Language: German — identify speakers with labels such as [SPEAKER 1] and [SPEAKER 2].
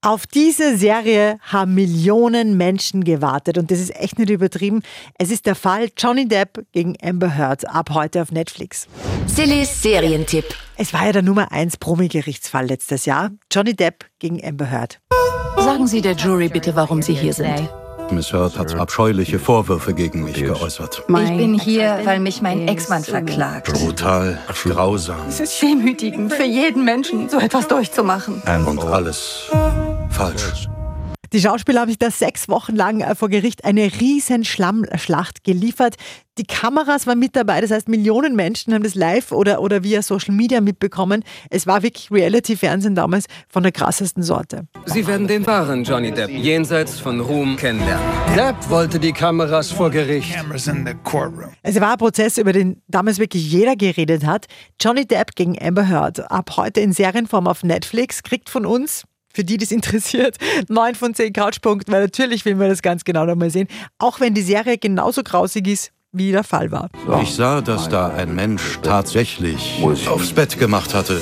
[SPEAKER 1] Auf diese Serie haben Millionen Menschen gewartet und das ist echt nicht übertrieben. Es ist der Fall Johnny Depp gegen Amber Heard ab heute auf Netflix.
[SPEAKER 2] Sillys Serientipp.
[SPEAKER 1] Es war ja der Nummer 1 Promi-Gerichtsfall letztes Jahr. Johnny Depp gegen Amber Heard.
[SPEAKER 3] Sagen Sie der Jury bitte, warum Sie hier sind.
[SPEAKER 4] Miss Heard hat abscheuliche Vorwürfe gegen mich geäußert.
[SPEAKER 5] Ich bin hier, weil mich mein Ex-Mann verklagt.
[SPEAKER 4] Brutal, grausam
[SPEAKER 5] Es ist demütigend für jeden Menschen, so etwas durchzumachen.
[SPEAKER 4] und alles falsch.
[SPEAKER 1] Die Schauspieler haben sich da sechs Wochen lang äh, vor Gericht eine riesen Schlammschlacht geliefert. Die Kameras waren mit dabei, das heißt Millionen Menschen haben das live oder, oder via Social Media mitbekommen. Es war wirklich Reality-Fernsehen damals von der krassesten Sorte.
[SPEAKER 6] Sie werden den wahren Johnny Depp jenseits von Ruhm kennenlernen.
[SPEAKER 7] Depp wollte die Kameras vor Gericht.
[SPEAKER 8] cameras in the courtroom.
[SPEAKER 1] Es war ein Prozess, über den damals wirklich jeder geredet hat. Johnny Depp gegen Amber Heard, ab heute in Serienform auf Netflix, kriegt von uns, für die das interessiert, 9 von 10 Couchpunkten, weil natürlich will man das ganz genau nochmal sehen, auch wenn die Serie genauso grausig ist, wie der Fall war.
[SPEAKER 4] Ich sah, dass da ein Mensch tatsächlich aufs Bett gemacht hatte